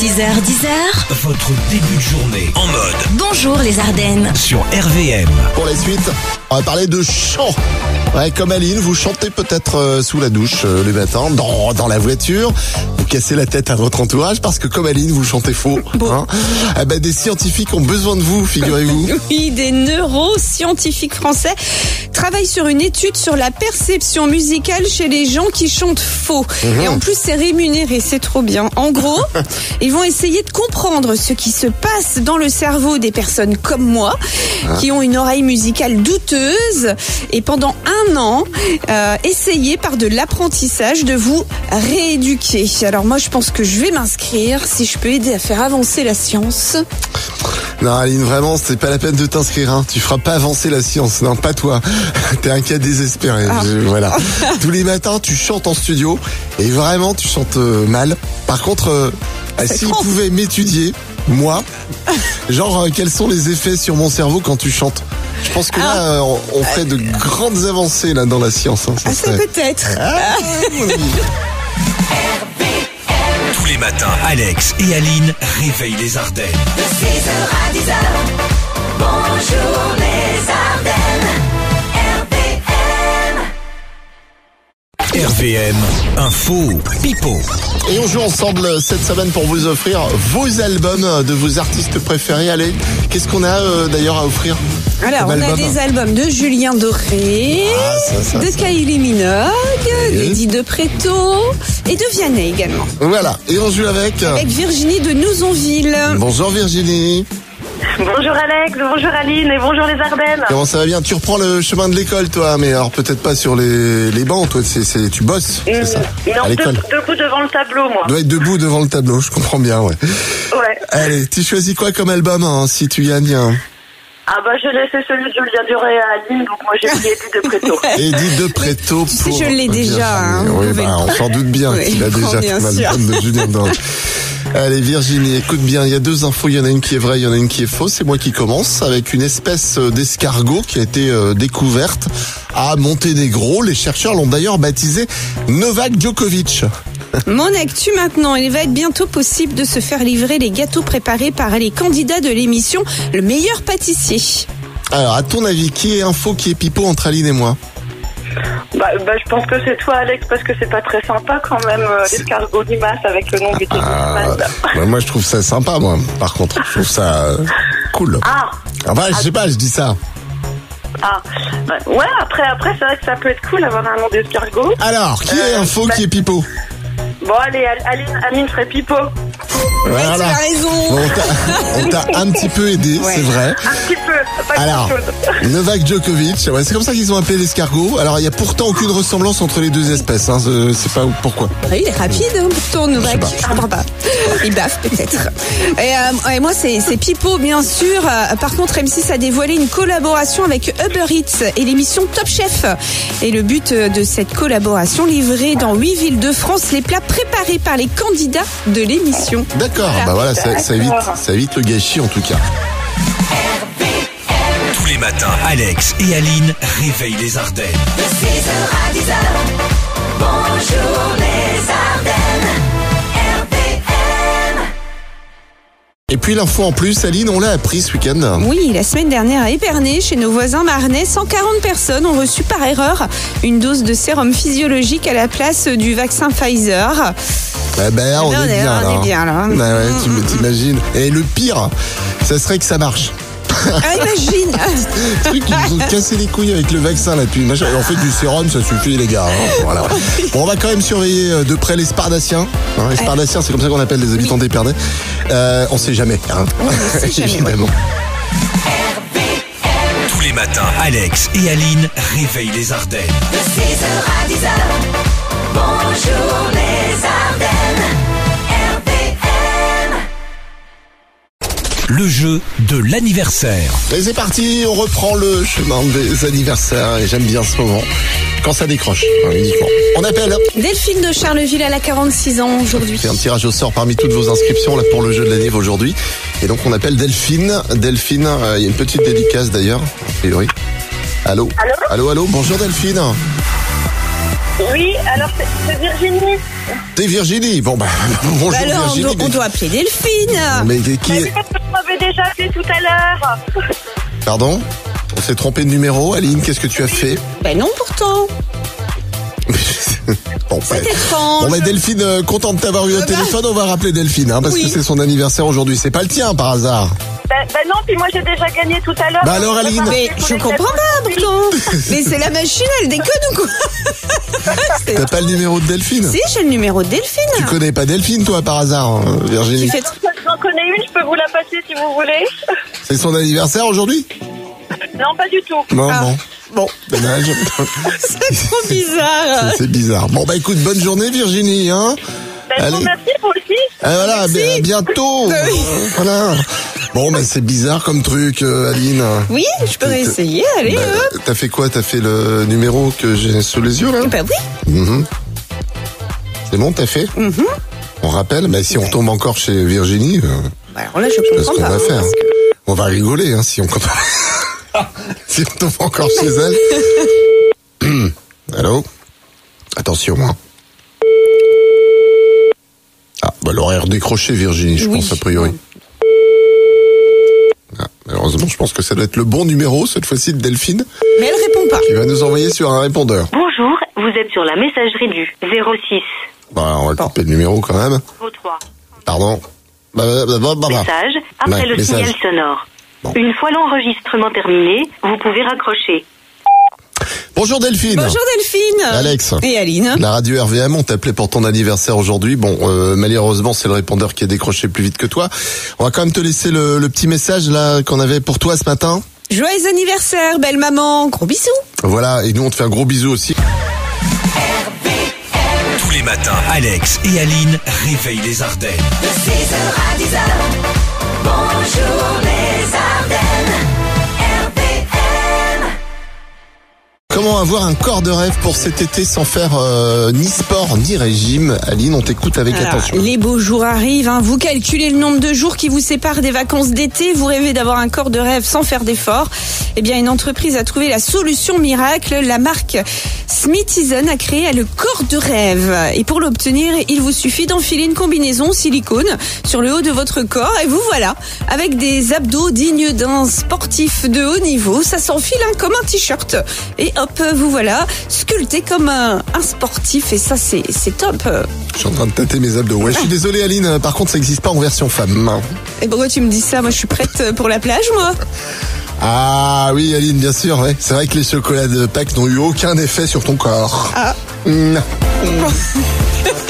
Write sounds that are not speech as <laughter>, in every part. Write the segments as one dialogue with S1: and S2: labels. S1: 6h10h,
S2: Votre début de journée en mode
S1: bonjour les Ardennes.
S2: sur RVM.
S3: Pour la suite, on va parler de chant. Ouais, comme Aline, vous chantez peut-être euh, sous la douche euh, le matin, dans, dans la voiture. Vous cassez la tête à votre entourage parce que comme Aline, vous chantez faux. hein. Ah bah, des scientifiques ont besoin de vous, figurez-vous.
S4: <laughs> Oui, des neuroscientifiques français travaillent sur une étude sur la perception musicale chez les gens qui chantent faux.
S3: Mhm.
S4: Et en plus, c'est rémunéré, c'est trop bien. En
S3: <laughs>
S4: gros, ils vont essayer de comprendre ce qui se passe dans le cerveau des personnes comme moi,
S3: Ah.
S4: qui ont une oreille musicale douteuse, et pendant un an, euh, essayer par de l'apprentissage de vous rééduquer. Alors moi, je pense que je vais m'inscrire si je peux aider à faire avancer la science.
S3: non, Aline, vraiment, c'est pas la peine de t'inscrire. Hein. Tu feras pas avancer la science. Non, pas toi. <laughs> T'es un cas désespéré.
S4: Ah.
S3: Je-
S4: <laughs>
S3: voilà. Tous les matins, tu chantes en studio et vraiment, tu chantes euh, mal. Par contre, euh, ah, s'ils
S4: con.
S3: pouvaient m'étudier,
S4: <laughs>
S3: moi, genre, euh, quels sont les effets sur mon cerveau quand tu chantes Je pense que
S4: Ah.
S3: là, euh, on, on ferait de grandes avancées là dans la science. hein. Ça
S4: Ah, ça
S3: serait-
S4: peut-être.
S2: Tous les matins, Alex et Aline réveillent les Ardennes. RVM, info, pipo.
S3: Et on joue ensemble cette semaine pour vous offrir vos albums de vos artistes préférés. Allez, qu'est-ce qu'on a euh, d'ailleurs à offrir
S4: Alors,
S3: Comme
S4: on a
S3: album
S4: des albums de Julien Doré,
S3: Ah, ça, ça,
S4: de
S3: ça.
S4: Kylie Minogue, d'Eddie De Preto et de Vianney également.
S3: Voilà, et on joue avec.
S4: Avec Virginie de Nouzonville.
S3: Bonjour Virginie,
S5: Bonjour Alex, bonjour Aline et bonjour les Ardennes.
S3: comment ça va bien Tu reprends le chemin de l'école toi, mais alors peut-être pas sur les, les bancs, toi c'est, c'est- tu bosses,
S4: Mm,
S3: c'est ça À
S5: Non, deux-
S3: l'école.
S5: debout devant le tableau, moi.
S3: Tu dois être debout devant le tableau, je comprends bien, ouais.
S5: Ouais.
S3: Allez, tu choisis quoi comme album hein, si tu gagnes hein
S5: Ah bah je laissais celui de Julien Duré à Aline, donc moi j'ai pris Eddie
S3: <laughs>
S5: de Préto.
S3: Eddie de Préto
S4: Tu sais,
S3: pour...
S4: je l'ai déjà, hein, vous
S3: oui,
S4: pouvez
S3: bah,
S4: le
S3: on s'en doute bien
S4: Oui,
S3: qu'il
S4: <laughs>
S3: a
S4: je
S3: déjà
S4: prends
S3: tout
S4: bien
S3: l'album de Julien Doré. Allez Virginie, écoute bien, il y a deux infos, il y en a une qui est vraie, il y en a une qui est fausse. C'est moi qui commence avec une espèce euh, d'escargot qui a été euh, découverte à Monténégro. Les chercheurs l'ont d'ailleurs baptisé Novak Djokovic.
S4: Mon actu maintenant, il va être bientôt possible de se faire livrer les gâteaux préparés par les candidats de l'émission Le meilleur pâtissier.
S3: Ah. Alors à ton avis, qui est info, qui est pipeau entre Aline et moi
S5: bah, bah, je pense que c'est toi Alex, parce que c'est pas très sympa quand même, euh, l'escargot d'Imas avec le nom du tennis.
S3: bah, Moi je trouve ça sympa moi, par contre, je trouve ça euh, cool.
S5: Ah,
S3: Ah bah je sais pas, je dis ça.
S5: ah. Bah, ouais, après, après c'est vrai que ça peut être cool d'avoir un nom d'escargot.
S3: Alors, qui est
S5: Euh,
S3: info,
S5: bah-
S3: qui est pipeau
S5: Bon allez, Al- Aline, Aline serait pipo.
S4: Tu as raison.
S3: Bon, on t'a- on t'a un petit peu aidé, c'est vrai.
S5: Un petit peu, pas
S3: Alors,
S5: grand-chose.
S3: Novak Djokovic, ouais, c'est comme ça qu'ils ont appelé l'escargot. Alors, il n'y a pourtant aucune ressemblance entre les deux espèces. Hein, je sais pas où- pourquoi.
S4: Ah, Il est rapide, hein, pourtant, Novak.
S3: pas.
S4: Je comprends pas. Il baffe,
S3: <laughs>
S4: peut-être. Et, euh, et moi, c'est c'est Pipo, bien sûr. Euh, Par contre, M6 a dévoilé une collaboration avec Uber Eats et l'émission Top Chef. Et le but euh, de cette collaboration, livrer dans huit villes de France les plats préparés par les candidats de l'émission.
S3: D'accord, bah voilà, ça, ça évite, ça évite le gâchis en tout cas.
S2: Tous les matins, Alex et Aline réveillent les Ardennes.
S3: Et puis l'info en plus, Aline, on l'a appris ce week-end.
S4: Oui, la semaine dernière à Épernay, chez nos voisins marnais, 140 personnes ont reçu par erreur une dose de sérum physiologique à la place du vaccin
S3: <laughs>
S4: Pfizer.
S3: Eh ben, on,
S4: Eh ben,
S3: est
S4: on est-
S3: bien,
S4: on
S3: là.
S4: est bien, là. Mm,
S3: Ouais, ouais, tu me- t'imagines. Et le pire, ça serait que ça marche.
S4: Ah, imagine
S3: Le truc, ils
S4: <laughs>
S3: nous ont cassé les couilles avec le vaccin là depuis le machin. Et En fait, du sérum, ça suffit les gars. hein. Voilà.
S4: <laughs>
S3: Bon, on va quand même surveiller euh, de près les Spardaciens. hein. les Spardaciens, c'est comme ça qu'on appelle les habitants des Pernets. Euh, on sait jamais. hein.
S4: ne sait jamais,
S3: Évidemment.
S2: Tous les matins, Alex et Aline réveillent les Ardennes. Le jeu de l'anniversaire.
S3: Et c'est parti, on reprend le chemin des anniversaires. Et j'aime bien ce moment quand ça décroche hein, uniquement. On appelle.
S4: Delphine de Charleville, elle a 46 ans aujourd'hui.
S3: C'est un tirage au sort parmi toutes vos inscriptions là pour le jeu de la Nive aujourd'hui. Et donc on appelle Delphine. Delphine, euh, il y a une petite dédicace d'ailleurs, a priori. Allô
S5: Allô
S3: Allô, allô, bonjour Delphine.
S5: Oui, alors c'est c'est Virginie.
S3: T'es Virginie. Bon, bah, <laughs> bonjour
S4: Bah alors, on
S3: Virginie.
S4: doit, on doit appeler Delphine.
S3: mais, mais qui
S5: Mais
S3: est...
S5: oui, parce que vous m'avez déjà appelé tout à l'heure.
S3: Pardon On s'est trompé de numéro, Aline, qu'est-ce que tu as fait <laughs>
S4: Ben non, pourtant.
S3: Bon, bah,
S4: C'est étrange.
S3: Bon, bah, Delphine, euh, contente de t'avoir eu au
S4: Ah bah.
S3: téléphone, on va rappeler Delphine, hein, parce
S4: Oui.
S3: que c'est son anniversaire aujourd'hui. C'est pas le tien par hasard.
S5: Bah, bah non, puis moi j'ai déjà gagné tout à l'heure.
S3: Bah alors, Aline.
S4: Mais je comprends pas, pourtant.
S3: <laughs>
S4: Mais c'est la machine, elle déconne ou quoi C'est-
S3: T'as pas le numéro de Delphine
S4: Si, j'ai le numéro de
S3: Tu
S4: Delphine.
S3: connais pas Delphine, toi, par hasard, hein, Virginie
S4: Qui fait-
S5: J'en connais une, je peux vous la passer si vous voulez. <laughs>
S3: C'est son anniversaire aujourd'hui
S5: Non, pas du tout.
S3: Non,
S4: Ah.
S3: non. Bon, dommage.
S4: C'est trop bizarre.
S3: <laughs> c'est bizarre. Bon, bah écoute, bonne journée, Virginie, hein
S5: Bah, je vous
S3: Allez.
S5: remercie, vous aussi.
S3: Ah, voilà, à bi- à bientôt.
S4: Bah oui.
S3: Voilà. Bon, mais c'est bizarre comme truc, euh, Aline.
S4: Oui, je peux réessayer, allez.
S3: Bah,
S4: hop.
S3: T'as fait quoi T'as fait le numéro que j'ai sous les yeux là
S4: Bah oui,
S3: Mhm. C'est bon, t'as fait On rappelle, mais si on tombe encore chez Virginie, euh,
S4: Bah alors là,
S3: je
S4: je
S3: sais pas ce
S4: comprends
S3: qu'on
S4: pas.
S3: va faire. hein.
S4: parce que-
S3: On va rigoler hein, si on
S4: <laughs>
S3: si on tombe encore chez elle. Allô Attention. Hein. Ah, bah l'horaire décroché, Virginie, je
S4: Oui.
S3: pense, a priori. Ah, malheureusement, je pense que ça doit être le bon numéro, cette fois-ci, de Delphine,
S4: Mais elle répond pas.
S3: qui va nous envoyer sur un répondeur.
S1: Bonjour, vous êtes sur la messagerie du 06
S3: Bah, on va couper le numéro quand même.
S1: 03.
S3: Pardon. Bah, bah, bah, bah, bah.
S1: Message
S3: Ah,
S1: après
S3: Ouais,
S1: le
S3: message.
S1: signal sonore.
S3: Bon.
S1: Une fois l'enregistrement terminé, vous pouvez raccrocher.
S3: Bonjour Delphine.
S4: Bonjour Delphine.
S3: Alex.
S4: Et Aline.
S3: La radio RVM, on t'appelait pour ton anniversaire aujourd'hui. Bon, euh, malheureusement, c'est le répondeur qui a décroché plus vite que toi. On va quand même te laisser le, le petit message là qu'on avait pour toi ce matin.
S4: Joyeux anniversaire, belle maman. Gros bisous.
S3: Voilà, et nous on te fait un gros bisou aussi.
S2: Tous les matins, Alex et Aline réveillent les Ardennes.
S3: Comment avoir un corps de rêve pour cet été sans faire euh, ni sport ni régime Aline, on t'écoute avec
S4: Alors,
S3: attention.
S4: les beaux jours arrivent, hein. vous calculez le nombre de jours qui vous séparent des vacances d'été, vous rêvez d'avoir un corps de rêve sans faire d'efforts. Eh bien, une entreprise a trouvé la solution miracle. La marque Smithison a créé le corps de rêve. Et pour l'obtenir, il vous suffit d'enfiler une combinaison silicone sur le haut de votre corps et vous voilà avec des abdos dignes d'un sportif de haut niveau. Ça s'enfile hein, comme un t-shirt. Et hop, vous voilà sculpté comme un, un sportif et ça, c'est c'est top.
S3: Je suis en train de tâter mes abdos. Ouais, je
S4: <laughs>
S3: suis désolé Aline, par contre ça n'existe pas en version femme.
S4: Et pourquoi tu me dis ça Moi, je suis prête pour la plage, moi.
S3: Ah oui Aline, bien sûr, ouais. C'est vrai que les chocolats de Pâques n'ont eu aucun effet sur ton corps.
S4: Ah.
S3: Non.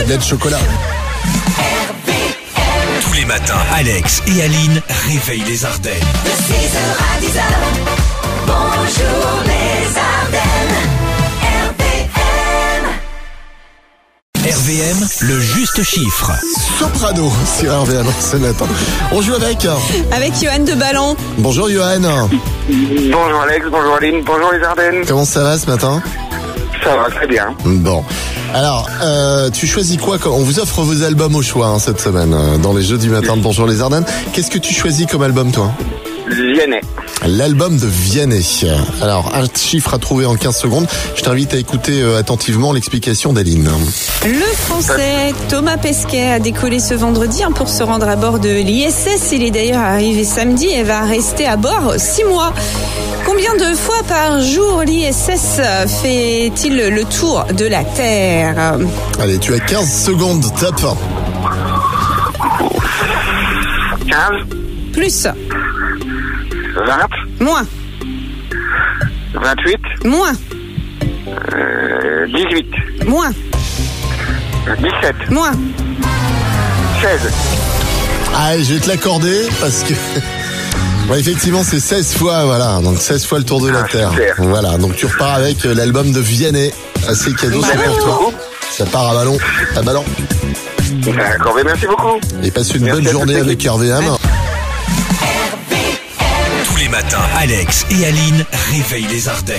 S3: Il y a de chocolat.
S2: Tous les matins, Alex et Aline réveillent les Ardennes. RVM, le juste chiffre.
S3: Soprano sur RVM ce matin. hein. On joue avec.
S4: Avec Johan de Ballon.
S3: Bonjour Johan.
S6: Bonjour Alex, bonjour Aline, bonjour les Ardennes.
S3: Comment ça va ce matin
S6: Ça va très bien.
S3: Bon. Alors, euh, tu choisis quoi comme- On vous offre vos albums au choix hein, cette semaine euh, dans les jeux du matin de Bonjour les Ardennes. Qu'est-ce que tu choisis comme album toi
S6: Viennet.
S3: L'album de Vianney. Alors, un chiffre à trouver en 15 secondes. Je t'invite à écouter euh, attentivement l'explication d'Aline.
S4: Le français Thomas Pesquet a décollé ce vendredi hein, pour se rendre à bord de l'ISS. Il est d'ailleurs arrivé samedi et va rester à bord six mois. Combien de fois par jour l'ISS fait-il le tour de la Terre
S3: Allez, tu as 15 secondes, top.
S6: 15,
S4: Plus,
S6: 20,
S4: moins,
S6: 28,
S4: moins,
S6: euh, 18,
S4: moins,
S6: 17,
S4: moins.
S6: 16.
S3: Allez, Ah, je vais te l'accorder parce que. <laughs> Ouais, effectivement, c'est 16 fois, voilà. Donc 16 fois le tour de la
S6: Ah,
S3: Terre.
S6: super.
S3: Voilà, donc tu repars avec euh, l'album de Vianney. Assez cadeau,
S6: Bah
S3: c'est pour
S6: Merci
S3: toi.
S6: beaucoup.
S3: Ça part à ballon, à ballon.
S6: D'accord, mais merci beaucoup.
S3: Et passe une
S6: Merci à
S3: bonne
S6: toute
S3: journée avec
S6: l'équipe.
S3: RVM.
S2: Tous les matins, Alex et Aline réveillent les Ardennes.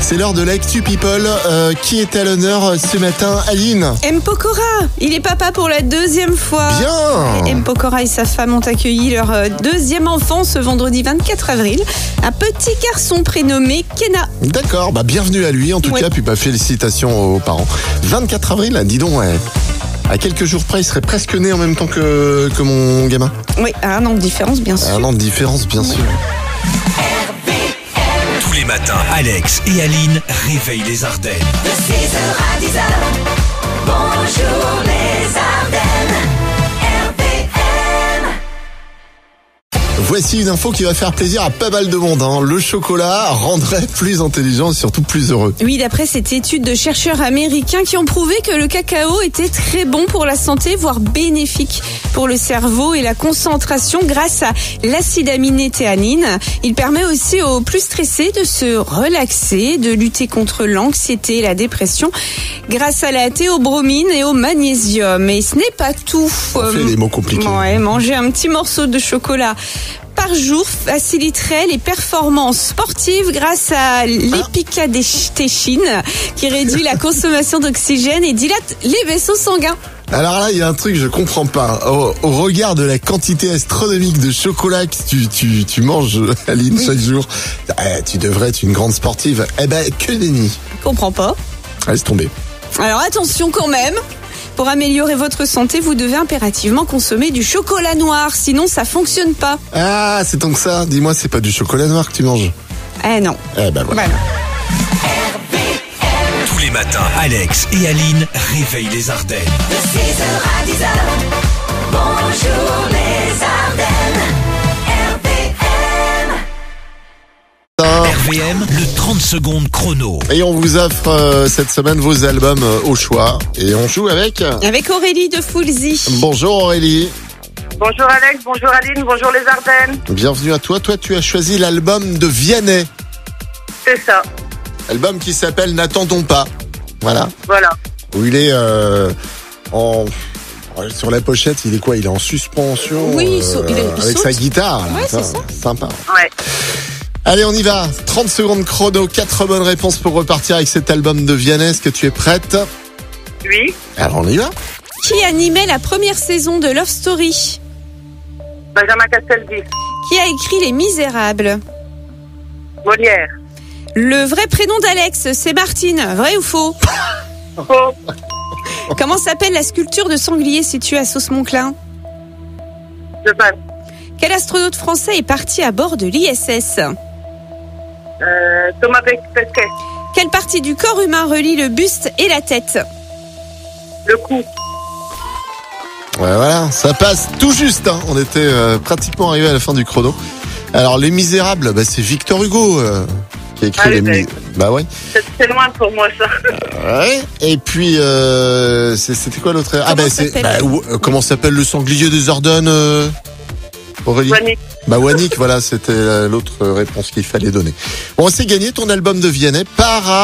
S3: C'est l'heure de l'actu people. Euh, qui est à l'honneur ce matin Aline
S4: M. Pokora, il est papa pour la deuxième fois.
S3: Bien
S4: M. Pokora et sa femme ont accueilli leur euh, deuxième enfant ce vendredi 24 avril, un petit garçon prénommé Kena.
S3: D'accord, bah bienvenue à lui en tout
S4: Ouais.
S3: cas, puis bah félicitations aux parents. 24 avril, ah, dis donc, ouais. à quelques jours près, il serait presque né en même temps que, que mon gamin.
S4: Oui, à un an de différence, bien sûr.
S3: Un an de différence, bien sûr.
S2: Tous les matins, Alex et Aline réveillent les Ardennes.
S7: De 6h à 10h, bonjour les Ardennes, RPM.
S3: Voici une info qui va faire plaisir à pas mal de monde. hein. Le chocolat rendrait plus intelligent et surtout plus heureux.
S4: Oui, d'après cette étude de chercheurs américains qui ont prouvé que le cacao était très bon pour la santé, voire bénéfique pour le cerveau et la concentration grâce à l'acide aminé théanine. Il permet aussi aux plus stressés de se relaxer, de lutter contre l'anxiété et la dépression grâce à la théobromine et au magnésium. Et ce n'est pas tout. euh,
S3: On fait des mots compliqués.
S4: Ouais, manger un petit morceau de chocolat par jour faciliterait les performances sportives grâce à l'épicadéchine qui réduit la consommation <laughs> d'oxygène et dilate les vaisseaux sanguins.
S3: Alors là, il y a un truc que je comprends pas. Au, au regard de la quantité astronomique de chocolat que tu, tu, tu manges, <laughs> Aline, chaque jour, eh, tu devrais être une grande sportive. Eh ben, que nenni. Ah,
S4: Je Comprends pas.
S3: Laisse tomber.
S4: Alors attention quand même. Pour améliorer votre santé, vous devez impérativement consommer du chocolat noir, sinon ça fonctionne pas.
S3: Ah, c'est donc ça. Dis-moi, c'est pas du chocolat noir que tu manges.
S4: Eh non.
S3: Eh ben voilà.
S4: Voilà.
S2: Tous les matins, Alex et Aline réveillent les Ardennes.
S7: De 6h à 10h, bonjour les Ardennes, RPM.
S2: RVM, le 30 secondes chrono.
S3: Et on vous offre euh, cette semaine vos albums euh, au choix. Et on joue avec.
S4: Avec Aurélie de Foulzy.
S3: Bonjour Aurélie.
S5: Bonjour Alex, bonjour Aline, bonjour les Ardennes.
S3: Bienvenue à toi. Toi, tu as choisi l'album de Vianney.
S5: C'est ça,
S3: Album qui s'appelle N'attendons pas. Voilà.
S5: voilà.
S3: Où il est euh, en. Sur la pochette, il est quoi Il est en suspension euh,
S4: Oui, il saute- il est- il
S3: avec
S4: saute.
S3: sa guitare. là.
S4: Ouais, c'est
S3: Putain, Sympa.
S5: Ouais.
S3: Allez, on y va. 30 secondes chrono, 4 bonnes réponses pour repartir avec cet album de Vianney. Est-ce que tu es prête
S5: Oui,
S3: Alors, on y va.
S4: Qui animait la première saison de Love Story
S5: Benjamin Castaldi,
S4: Qui a écrit Les Misérables
S5: Molière,
S4: Le vrai prénom d'Alex, c'est Martine. Vrai ou faux
S5: Faux,
S4: Comment s'appelle la sculpture de sanglier située à Sauce-Monclin
S5: je passe.
S4: Quel astronaute français est parti à bord de l'ISS
S5: Euh, Thomas Pe- Pesquet,
S4: Quelle partie du corps humain relie le buste et la tête
S5: le coup.
S3: Ouais, voilà, ça passe tout juste. hein. On était euh, pratiquement arrivé à la fin du chrono. Alors, Les Misérables, bah, c'est Victor Hugo euh, qui a écrit
S5: Ah oui,
S3: Les
S5: bah oui.
S3: Misérables. Bah ouais.
S5: C'est c'est loin pour moi ça.
S3: Ouais. Et puis, euh, c'est- c'était quoi l'autre Ah, bah, c'est.
S4: s'appelle
S3: bah, ou- euh, comment s'appelle le sanglier des Ardennes euh, Aurélie
S5: Bonne
S3: Bah, euh, Wannick, voilà, c'était euh, l'autre réponse qu'il fallait donner. Bon, c'est gagné ton album de Vianney par